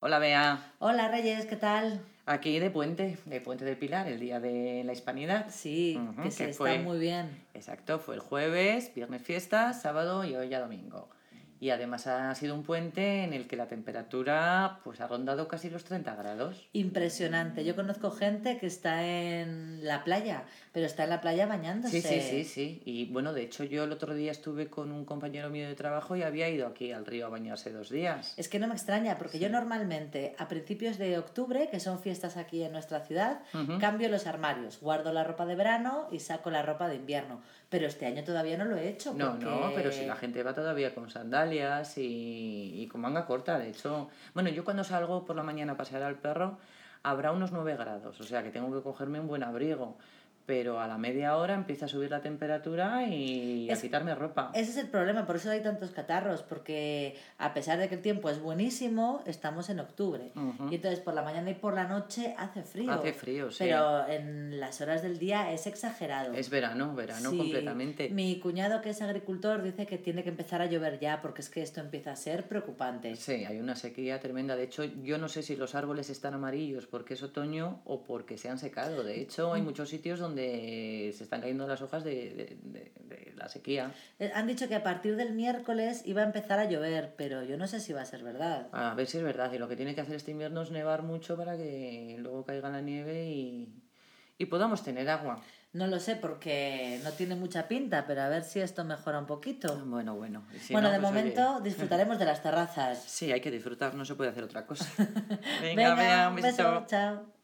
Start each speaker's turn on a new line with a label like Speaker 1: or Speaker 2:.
Speaker 1: Hola, Bea.
Speaker 2: Hola Reyes, ¿qué tal?
Speaker 1: Aquí de Puente, de Puente del Pilar, el Día de la Hispanidad.
Speaker 2: Sí,
Speaker 1: Ujú,
Speaker 2: que se
Speaker 1: ¿qué
Speaker 2: está
Speaker 1: fue?
Speaker 2: muy bien.
Speaker 1: Exacto, fue el jueves, viernes fiesta, sábado y hoy ya domingo. Y además ha sido un puente en el que la temperatura pues ha rondado casi los 30 grados.
Speaker 2: Impresionante. Yo conozco gente que está en la playa, pero está en la playa bañándose.
Speaker 1: Sí, sí, sí, sí. Y bueno, de hecho yo el otro día estuve con un compañero mío de trabajo y había ido aquí al río a bañarse dos días.
Speaker 2: Es que no me extraña, porque yo normalmente a principios de octubre, que son fiestas aquí en nuestra ciudad,
Speaker 1: Ujú.
Speaker 2: cambio los armarios, guardo la ropa de verano y saco la ropa de invierno. Pero este año todavía no lo he hecho.
Speaker 1: No,
Speaker 2: porque-
Speaker 1: no, pero si la gente va todavía con sandalias y, y con manga corta, de hecho. Bueno, yo cuando salgo por la mañana a pasear al perro habrá unos 9 grados, o sea que tengo que cogerme un buen abrigo. Pero a la media hora empieza a subir la temperatura y
Speaker 2: Es-
Speaker 1: a quitarme ropa.
Speaker 2: Ese es el problema, por eso hay tantos catarros, porque a pesar de que el tiempo es buenísimo, estamos en octubre.
Speaker 1: Ujú.
Speaker 2: Y entonces por la mañana y por la noche hace frío.
Speaker 1: Hace frío, sí.
Speaker 2: Pero en las horas del día es exagerado.
Speaker 1: Es verano, verano
Speaker 2: Sí.
Speaker 1: completamente.
Speaker 2: Mi cuñado, que es agricultor, dice que tiene que empezar a llover ya, porque es que esto empieza a ser preocupante.
Speaker 1: Sí, hay una sequía tremenda. De hecho, yo no sé si los árboles están amarillos porque es otoño o porque se han secado. De hecho,
Speaker 2: Mm.
Speaker 1: hay muchos sitios donde se están cayendo las hojas de- de- de- de la sequía.
Speaker 2: Eh, Han dicho que a partir del miércoles iba a empezar a llover, pero yo no sé si va a ser verdad.
Speaker 1: A ver si es verdad. Y lo que tiene que hacer este invierno es nevar mucho para que luego caiga la nieve y, y podamos tener agua.
Speaker 2: No lo sé porque no tiene mucha pinta, pero a ver si esto mejora un poquito.
Speaker 1: Bueno, bueno. y si
Speaker 2: bueno,
Speaker 1: no,
Speaker 2: de
Speaker 1: pues, oye,
Speaker 2: momento disfrutaremos de las terrazas.
Speaker 1: Sí, hay que disfrutar, no se puede hacer otra cosa.
Speaker 2: Venga,
Speaker 1: Venga, vea,
Speaker 2: un beso, chao.